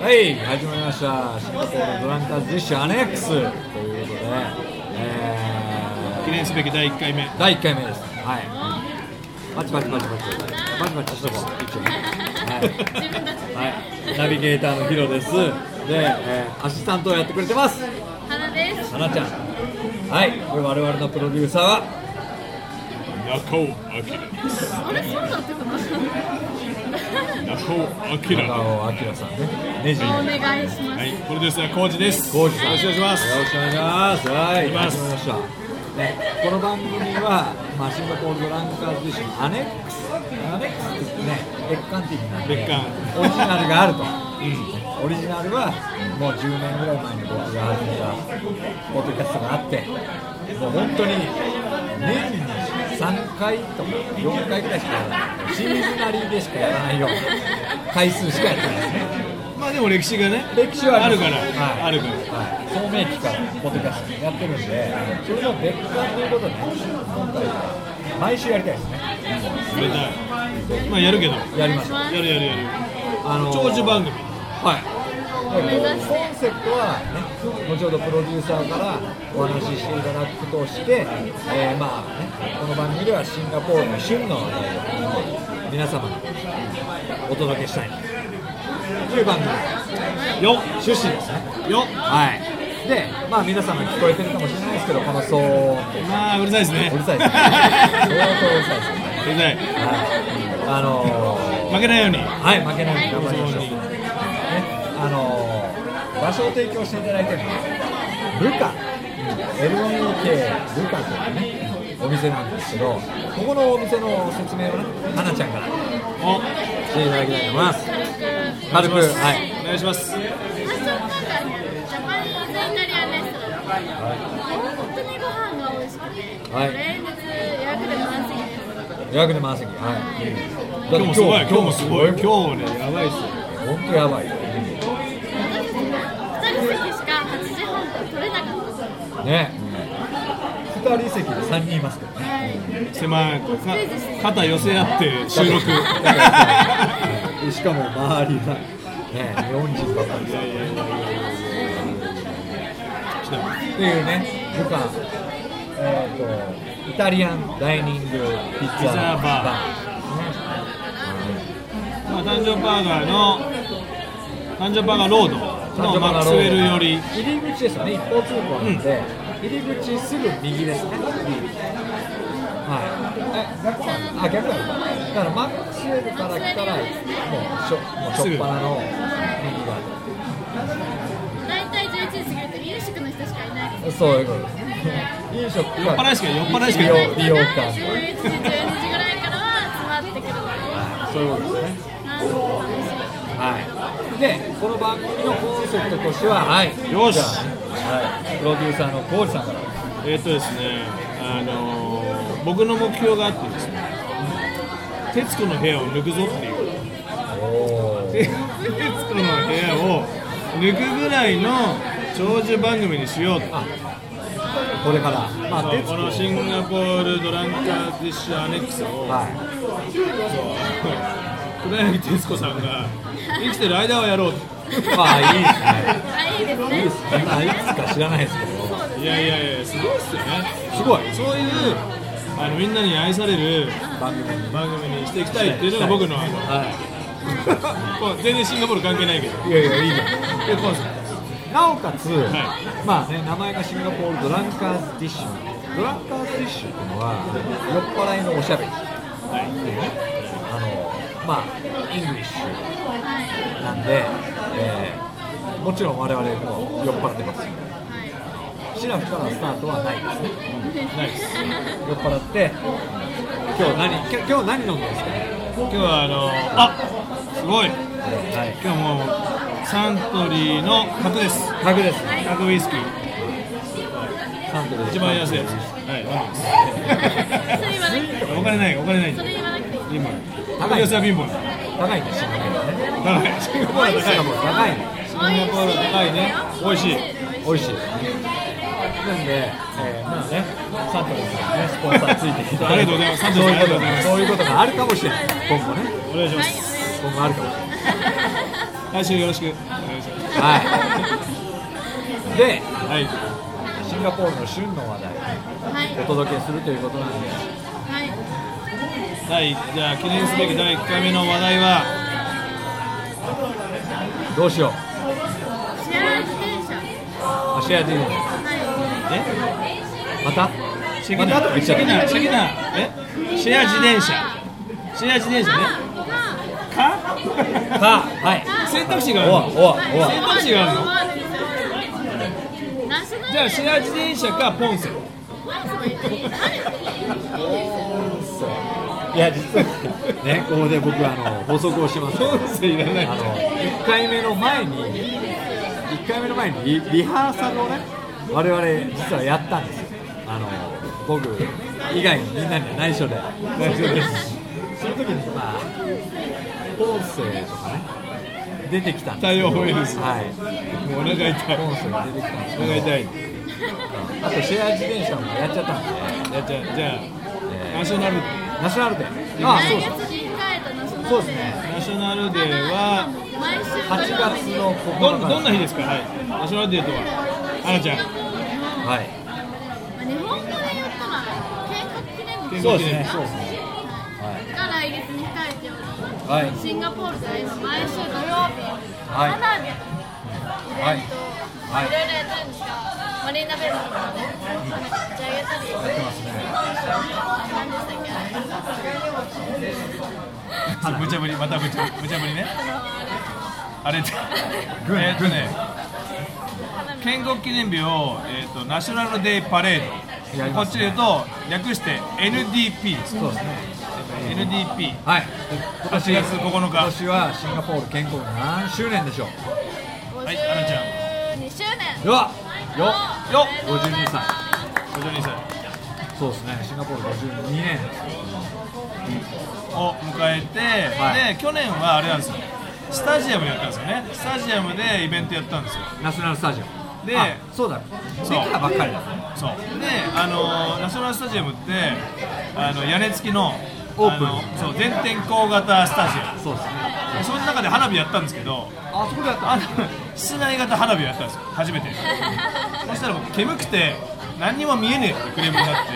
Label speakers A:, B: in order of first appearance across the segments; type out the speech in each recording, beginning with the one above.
A: はい始まりましたシンガポールドランカーズ実施アネックスということで、え
B: 記念すべき第1回目
A: ー、第1回目ですはいパチパチパチパチパチパチしとこう一応はい、はい、ナビゲーターのヒロですで、えー、アシスタントをやってくれてます
C: 花です。
A: 花ちゃんはいこれ我々のプロデューサーは
B: 中尾明
C: あれ、そうだったかな。
B: 中尾明
A: 中尾明さんねネジ
C: お願いしま
B: はいプロデューサー浩二です
A: 浩二さん
B: よろしくお願いします
A: よろしくお願いします。はい、
B: います
A: 始まりました。ね、この番組は、まあ、シンガポールドランカーズ自身アネックス、アネックスって言ってね、別館的なんで、
B: 別館
A: オリジナルがあると、オリジナルはもう10年ぐらい前に僕が始めたポッドキャストがあって、もう本当に年に3回とか4回ぐらいしかやらない、シーズナリーでしかやらないような回数しかやってないですね。
B: まあでも歴史がね
A: 歴史は
B: あ
A: り
B: る
A: ま
B: か
A: す
B: らあるから
A: はい、聡明期からポッドキャストやってるんで、それの別館ということで、今回は毎週やりたいですね、
B: それだまあやるけど
A: や
B: や
A: りましょう。
B: るやるやる
A: あのー
B: 長寿番組
A: はい
C: 目指し
A: コンセプ
C: て
A: トは、ね、後ほどプロデューサーからお話ししていただくとして、えーまあね、この番組ではシンガポールの旬の話題を皆様にお届けしたいなという番組
B: よ
A: 趣旨ですね。
B: よ
A: はい。で、まあ皆様聞こえてるかもしれないですけど、この騒音って
B: まあうるさいですね
A: うるさいですね。相当うるさいですね。
B: うるさい
A: はい。あの
B: 負けないように
A: ー、はい、負けないように頑張りましょう。ね、あのー、場所を提供していただいてるのは、ルカ、エルゴニ系ルカというね、お店なんですけど、ここのお店の説明をね、花ちゃんから
B: お
A: していただきたいと思います。軽く、
B: お願いします
A: はい。
B: お願いします
C: す。発想館にあるジャパニーズイタリアンレストラン。本当にご飯が美味しくて、
A: はい
C: 連日予約で満席です。
A: 予約で回すに、はい。
B: 今日もすごい今日もすごい
A: 今
B: 今日もねやばいっすよ
A: 本当やばいよ
C: 私たちは二人席しか8時半から取れなかったです。
A: ね、二人席で三人いますけどね
C: はい。
B: 狭いか肩寄せ合って 収録
A: しかも周りがね四人ばっかりですっていうね僕はえっ、とイタリアンダイニングピッツァ
B: ピザバーまあ、誕生バーガーの誕生バーガーロードのマックスウェルより
A: 入り口ですよね一方通行なんで、入り口すぐ右ですね、はいえあ逆なんだだからマックスウェルから来たらもうしょもうしょっぱなの右側
C: 大体11時過ぎると飲食の人しかいないです。
A: そういうことです。飲食
B: 酔っ払いしか酔っ払いしかい
A: 利
B: ない
A: 用利用感
C: 11時、12時ぐらいからは集まってくるので、
A: そういうことですね。
C: はい美味しい。
A: はい。で、この番組のコンセプトとしては、はい。
B: よし
A: じゃあはい。プロデューサーのコウジさんから。
B: えっ、とですねあのー僕の目標があってですね「徹子の部屋を抜くぞ」っていう
A: お
B: 徹子の部屋を抜くぐらいの長寿番組にしようと
A: これから、まあ、
B: そう
A: 徹子
B: このシンガポールドランカーズディッシュアネックスを
A: は
B: 黒柳徹子さんが生きてる間はやろうと
A: い。まあ、いいですね。
C: あ、いいですね。
A: いいですね。まあ、いつか知らないですけど。
B: いやいやいやすごいっすよね
A: すごい。
B: そういうあのみんなに愛される
A: 番組に。
B: 番組にしていきたいっていうのが僕のあの
A: は
B: こう全然シンガポール関係ないけど
A: い。いやいや、いいじゃん。
B: でコンセプ
A: なおかつ、
B: い
A: まあね、名前がシンガポールドランカーズディッシュドランカーズディッシュっていうのは酔っ払いのおしゃべりっていうねあのまあイングリッシュなんで、えーもちろん我々も酔っ払ってますシラフからのスタートはないですね
B: トないです
A: 酔っ払って今日何今日今日何飲んでますかね、
B: 今日はあのあすごい
A: はい
B: 今日もうサントリーの角です
A: タグですね
B: 角ウイスキー
A: サントリーで
B: 一番安いやつはい
C: それ言わなくていい。
B: お金ないお金ないん
C: それ
B: で
C: 言わなくていい。
B: 貧乏
A: 高い
B: プロデューサー貧乏
A: 高いんでシンガポールね
B: 高いシンガポール
A: シ
B: 高
A: ン
B: い
A: ガポール高いの
C: シ
B: シンガポール高いね美味しい
A: 美味しいなんで、えー、まあね、サントリーさんね、スポンサーついてきて、
B: ありがとうございますサントリ
A: そう
B: ー
A: いう
B: さん
A: ことが、そういうことがあるかもしれない、今後ね、
B: お願いしま
C: はい
B: す、
A: 今後あるかもしれない。
B: 来週よろしくお願いします
A: はいで
B: はい
A: シンガポールの旬の話題
C: はい
A: をお届けするということなんで
C: はい
B: 第じゃあ記念すべき第1回目の話題は
A: どうしよう
C: シェア自転車
A: あシェアディー
C: はい
B: え
A: また
B: シェキ
A: また
B: ナ
A: とか言っ
B: シ
A: ちゃ
B: ェ
A: っ
B: キナ
A: た
B: シェキナえシェア自転車シェア自転車ね
C: あまあ
B: か
A: かはい
B: 選択肢
A: お
B: が
A: わ
B: ある
A: おわおわ
B: 選択肢があるの
C: ナショナル
B: じゃあシェア自転車かポンセ
C: ワンスもいい
A: いや実はねここで僕あの補足をします
B: ポンセいらない
A: あの1回目の前に1回目の前にリリハーサルをね我々実はやったんですよあの僕以外にみんなには内緒で内緒ですその時にまあ音声とかね出てきたんです
B: 太陽ホイールズ
A: はい
B: もうお腹痛い
A: 音声が出てきたんです
B: お
A: けど
B: 腹痛い
A: あとシェア自転車もやっちゃったんで、
B: じゃあじゃあじゃあ
A: え
B: ナショナルデ
A: ーナショナルデーあ
C: 来
A: そう
C: 月
A: そう
C: に控えたナショナ
A: そう
C: ル
A: ですね
C: デー
B: ーナショナルデ
C: ただ
B: ーは
C: 毎週
A: 8
C: 土曜日
A: 月
C: に
A: の
B: どん
A: 9日
B: どんな日ですか、はい、ナショナルデーとは、アナちゃん、
A: はい
C: まあ日本語で言ったら建国記念日
B: そうですね
A: そうですね
C: はいが来月に控えており
A: はい
C: シンガポールでは今毎週土曜日
A: い
C: 花火と
A: はい
C: イベント
A: はい
C: いろいろやってるんですがマリーナベルの方で花火打ち上げたり
A: やってますね
C: 何でしたっけあれ
B: 無茶ぶり、また無茶無茶ぶりね、あれ、
A: グン
B: えーっとね、建国記念日を、えーっとナショナルデーパレ
A: やり
B: ード、こ
A: ま
B: っ
A: す
B: ち
A: ね
B: で言うと、略して NDP です、
A: そうですね
B: NDP、
A: はい今
B: 8月9
A: 今
B: 日、
A: 年はシンガポール建国何周年でしょ
B: はい、アナちゃん、
C: 52周年
A: ううわよ
B: よっ
C: おめでとうござい
A: 52
C: ます
A: 歳
B: 52歳
A: そうですねシンガポール52年です
B: を迎えて、
A: は
B: で去年はあれなんですよ、スタジアムでやったんですよね、スタジアムでイベントやったんですよ。
A: ナショナルスタジオ
B: で
A: あそうだでき
B: そう
A: たばっかりだ
B: そうであのナショナルスタジアムってあの屋根付きの
A: オープン
B: あのそう全天候型スタジアム
A: そうですね
B: その中で花火やったんですけど
A: あそこでやった
B: あの室内型花火をやったんですよ初めてそしたらもう煙くて何にも見えねえってクレームになって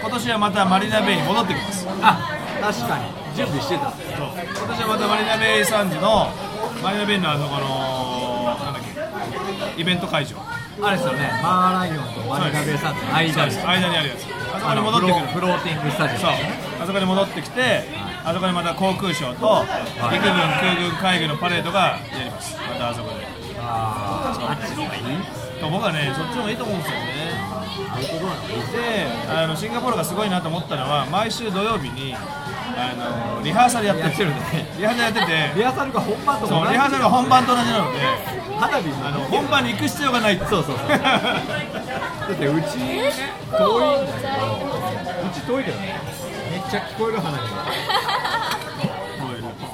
B: 今年はまたマリナベイに戻ってきますそう
A: あ確かに準備してた
B: 今年はまたマリナベイサンズのマリナベイのあのこのなんだっけイベント会場
A: あれですよねマーライオンとマリナベイサンズの
B: そう
A: 間
B: で
A: ですす
B: 間にあるやつあそこ
A: あ
B: に
A: の
B: 戻ってくる
A: フローフローティングスタジオ
B: そう、あそこに戻ってきて、あそこにまた航空ショーと、陸軍、空軍、海軍のパレードがやります、またあそこで。
A: あーあっちの方がいい
B: と僕はね、そっちの方がいいと思うんですよね。
A: なるほどなの
B: で、あのシンガポールがすごいなと思ったのは、毎週土曜日にあのリハーサルやって
A: やってるね
B: リハーサルやってて、
A: リハーサルが本番と同
B: そ
A: じ
B: うリハーサルが本番と同じなので、
A: 花火も
B: あの本番に行く必要がないそうそうそ
A: だ
B: う。
A: ってうちね遠いんだけどうち遠いけどねめっちゃ聞こえる花火が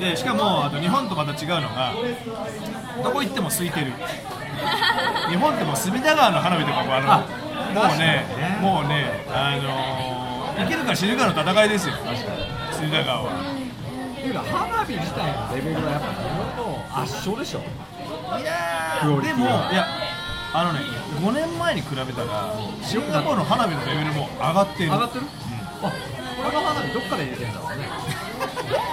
B: でしかもあと日本とまた違うのがどこ行っても空いてる日本でも隅田川の花火とかも
A: あ
B: あるのもうね
A: 確かにね
B: もうねあのー、生きるか死ぬかの戦いですよ隅田川は
A: っていうか花火自体のレベルはやっぱ日本の圧勝でしょ
B: いや
A: クオリテ
B: で
A: ィ
B: もい
A: は
B: やあのね5年前に比べたらシンガポールの花火のレベルも上がっ
A: 上
B: てる
A: がってる、あこの花火どっから入れてんだろうね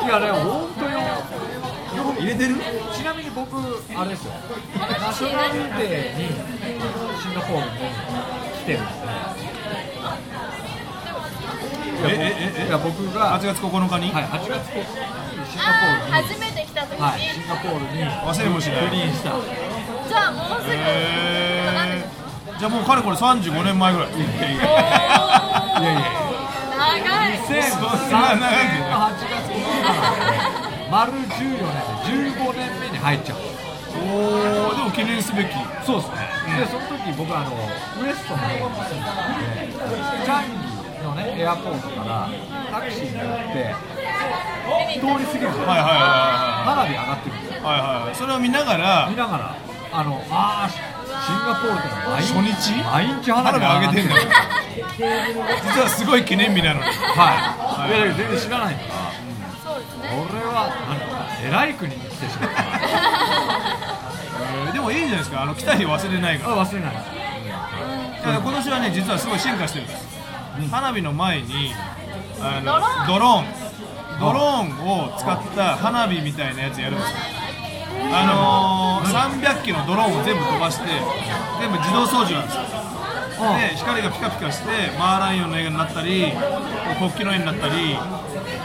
A: いやね本当よよく入れてるちなみに僕あれですよナショナルデーにシンガポールに来てるんですねいや
B: えええ
A: 僕い
B: え
A: や僕が、は
B: 8
A: い、
B: 月9日に、
A: 8月9日にシンガ
C: あ
A: ポー
C: ー
A: ルに
C: 初めて来た時に、
A: はい、シンガポールに
B: 忘れもしない
A: 赴任した
C: じゃあもうすぐ、
B: えー、じゃあもうかれこれ35年前ぐらい
C: おー
A: いやいや
C: 長い
A: 2003年の8月9日丸14年で15年目に入っちゃう
B: おおでも記念すべき
A: そうですね、でその時僕あのウエストの方に住んでたのでチャンギのねエアポートからタクシーに乗って通り過ぎる
B: はいはいはい
A: 花火上がってるんですよ
B: はいはいはいそれを見ながら
A: 見ながらあのあーシンガポールってのは毎
B: 初
A: 日
B: 日
A: 毎日花火
B: 花
A: 上
B: 火
A: げ
B: 上げ
A: て
B: て
A: る
B: ん
A: ん
B: だ
A: だ
B: よ実はすごい記念日なのに
A: はい、いやだけど全然知らないから、
C: そうですね
A: これはなんかえらい国に来てしまったな
B: えーでもいいんじゃないですかあの来た日忘れないから
A: あ忘れない
B: だから今年はね実はすごい進化してるんです、花火の前にあのド
C: ド
B: ローンドローンを使った花火みたいなやつやるんですよあのー、300機のドローンを全部飛ばして全部自動操縦なんですよで光がピカピカしてマーライオンの映画になったり国旗の絵になったり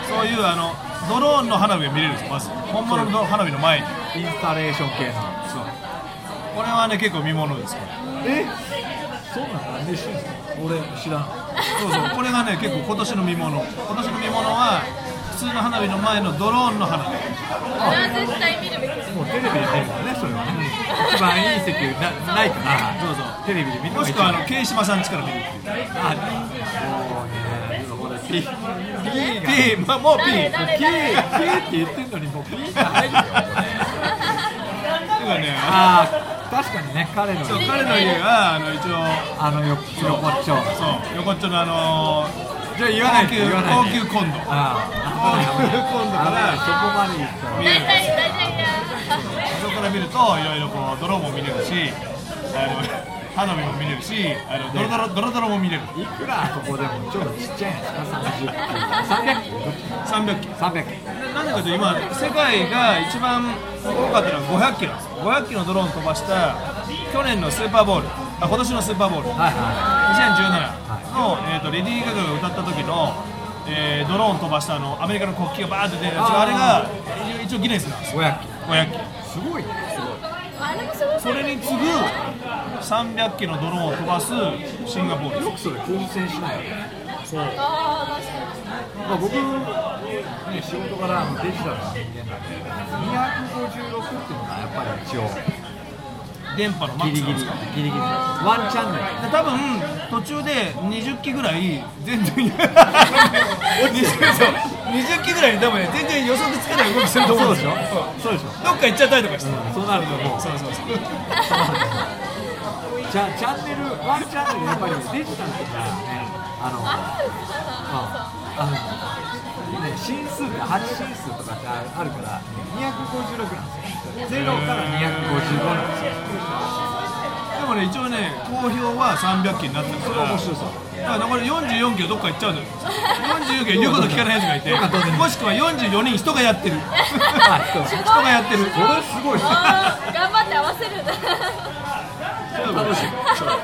B: そういうあのドローンの花火が見れるんですよまず本物の花火の前に
A: インスタレーション系の
B: そうこれはね結構見ものですよ
A: えそんなん何でしょ俺知らん
B: そうそうこれがね結構今年の見もの今年の見ものは普通の花火の前のドローンの花火
C: れは絶対見るべきです
A: もうテレビで見るからねそれは、一番いい席なないかな
B: どうぞ
A: テレビで見るの
B: も
A: が
B: し
A: 一
B: く
A: 番
B: はあの慶島さんちから見るっていう
A: あもうねそこでピーピーが
B: P まあもう P
C: 誰
B: だか
C: 誰
A: ピーピーって言
C: 誰
A: ってんのにもうピーが入るよ
B: らね
A: あー確かにね彼の
B: そう彼の家はあの一応
A: あの横っちょ
B: そう横っちょのあの
A: じゃあ言わな
B: 高
A: い
B: 級
A: で言わない
B: 高
A: で
B: 級コンド
A: あ
B: 高級コンド
A: ああ
B: か
A: ら
B: ら
A: そこまで言ったら
B: 見
C: 大
B: れる
C: 体大体が
B: そこから見るといろいろこうドローンも見れるしあの 花火も見れるしあのドロドロドロドロも見れる
A: いくらあそこでもちょっとちっちゃいんですか30機
B: 300機
A: 300機
B: なんでかというと今世界が一番多かったのは500キロなんです500キロのドローンを飛ばした去年のスーパーボールあ今年のスーパーボール2017の、
A: はいは
B: えー、とレディー・ガガが歌った時の、えードローン飛ばしたあのアメリカの国旗がバーって出るや
A: あ
B: つ
A: ー
B: あれが一応ギネスなんです
A: い
B: よ
A: 500
B: 500機
A: 機すごいね
C: あれもすご
B: それに次ぐ300機のドローンを飛ばすシンガポールです
A: よくそれ混戦しないよね
C: ああ確かに
A: まあ、僕、ね、仕事柄あのデジタルの人間なんで、256っていうのがやっぱり一応、
B: 電波のマッ
A: ギ
B: ク
A: リ
B: ス
A: ギ
B: なん
A: リ、ギリギ
B: ですか
A: リ、ワンチャンネル、
B: で多分途中で20機ぐらい全然20機ぐらいに多分ね全然予測つかない動きすると思うんですよ
A: そうでしょ、
B: どっか行っちゃったりとかして、
A: そうなるともう、
B: そうそうそう
A: じゃチャンネル、ワンチャンネル、やっぱりデジタルってさ、ね、あの、まあ、あの、ね、進数って、8進数とかってあるあるから、256なんですよ、0から255なんですよ、
B: でもね一応ね投票は300機になったから
A: 面白そう。
B: だからこれ44機をどっか行っちゃうん だよ44機は言うこと聞かないやつがいてもしくは44人人がや ってる
A: あそう
B: 人がやってる
A: これすごいっすね
C: あー頑張って合わせるんだ
A: 楽しい。そう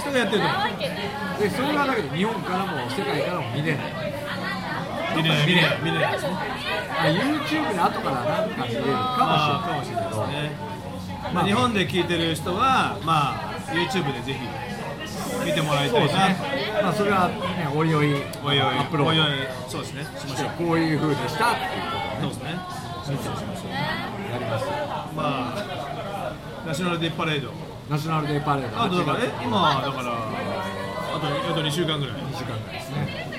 B: 人がやってると思う
C: なわけね
A: でそれがだけど日本からも世界からも見れない
B: 見れない見れない見れないですね
A: あ YouTube で後からなんか見れるかもしれないかもしれない
B: まあ、日本で聞いてる人は、まあ、YouTube でぜひ見てもらいたいな、
A: けどまあそれはねおいおい
B: おいおい
A: アップロード
B: おいおいそうですねしましょう
A: こういう風でしたっていう
B: そうですねそうそうそうそう
A: やります
B: まあナショナルデーパレード
A: ナショナルデーパレード
B: あとだから
A: 8
B: ね今だからあとあと2週間ぐらい
A: 月時間ぐらいですね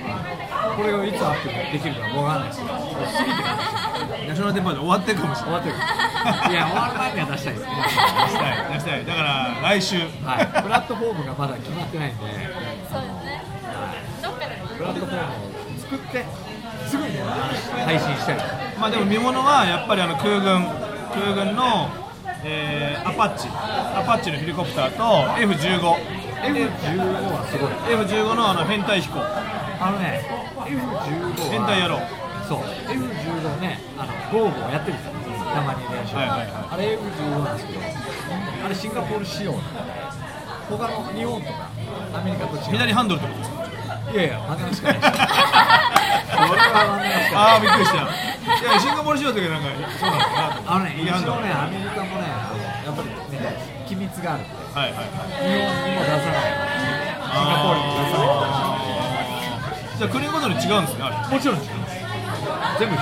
A: これがいつアップできるかわかんないですけど過ぎてから
B: ナショナルデーパレード終わってるかもしれ
A: 終
B: ない
A: わ ってるからいや終わる前には出したいですね
B: 出したい出したいだから来週
A: はい プラットフォームがまだ決まってないんで
C: そうですねどっかでも
A: プラットフォームを作ってすぐにね配信したいです
B: まあでも見物はやっぱりあの空軍空軍の、えーアパッチアパッチのヘリコプターと
A: F15 はすご
B: F15F15
A: い
B: のあの編隊飛行
A: あのね F15 は
B: 変態野郎
A: そう F15 ねあのゴーゴーやってるんですよたまに練習、
B: はいはいは
A: あれ F15 なんですけどあれシンガポール仕様なんで他の日本とかアメリカと違う
B: 左ハンドルってことですか
A: いやいや真ん中しかないですそれは真ん中しかない
B: ああびっくりしたいやシンガポール仕様だけどなんかそうなのかな
A: あのね
B: 右
A: 一
B: ハンド
A: 応
B: ル
A: ねアメリカもねあのやっぱりね機密があるんで
B: はいはいはい
A: 日本にも出さないシンガポールにも出さない
B: じゃあ国ごとに違うんですねあ
A: もちろん違います全部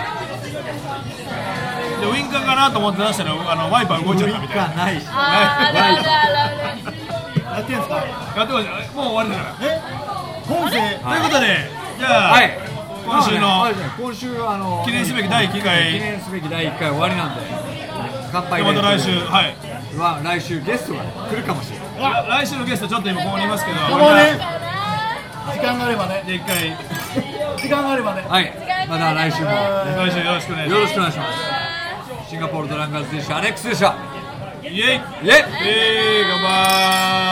B: れでウインカーかなと思って出したらあのワイパー動いちゃったみたいな
A: がないし
C: あーあるあるあるある
A: やってんすか
B: やってますよもう終わりだからえ
A: 本
B: ということでじゃあ、
A: はい。
B: 今週
A: まあね
B: の
A: 今週はあの
B: 記念すべき第一回
A: 記念すべき第一回終わりなんで乾杯
B: じゃあまた来週はい
A: は来週ゲストが来るかもしれない。
B: 来週のゲストちょっと今ここにいますけど
D: ここね、時間があればね、
B: で一回
D: 時間があればね。
A: はい。また来週も
B: 来週よろしくお願いします
A: よろしくお願いします。
C: あー
A: シンガポールドランカーズディッシュアレックスでした
B: イエイ
A: イエイ
B: イエイ乾杯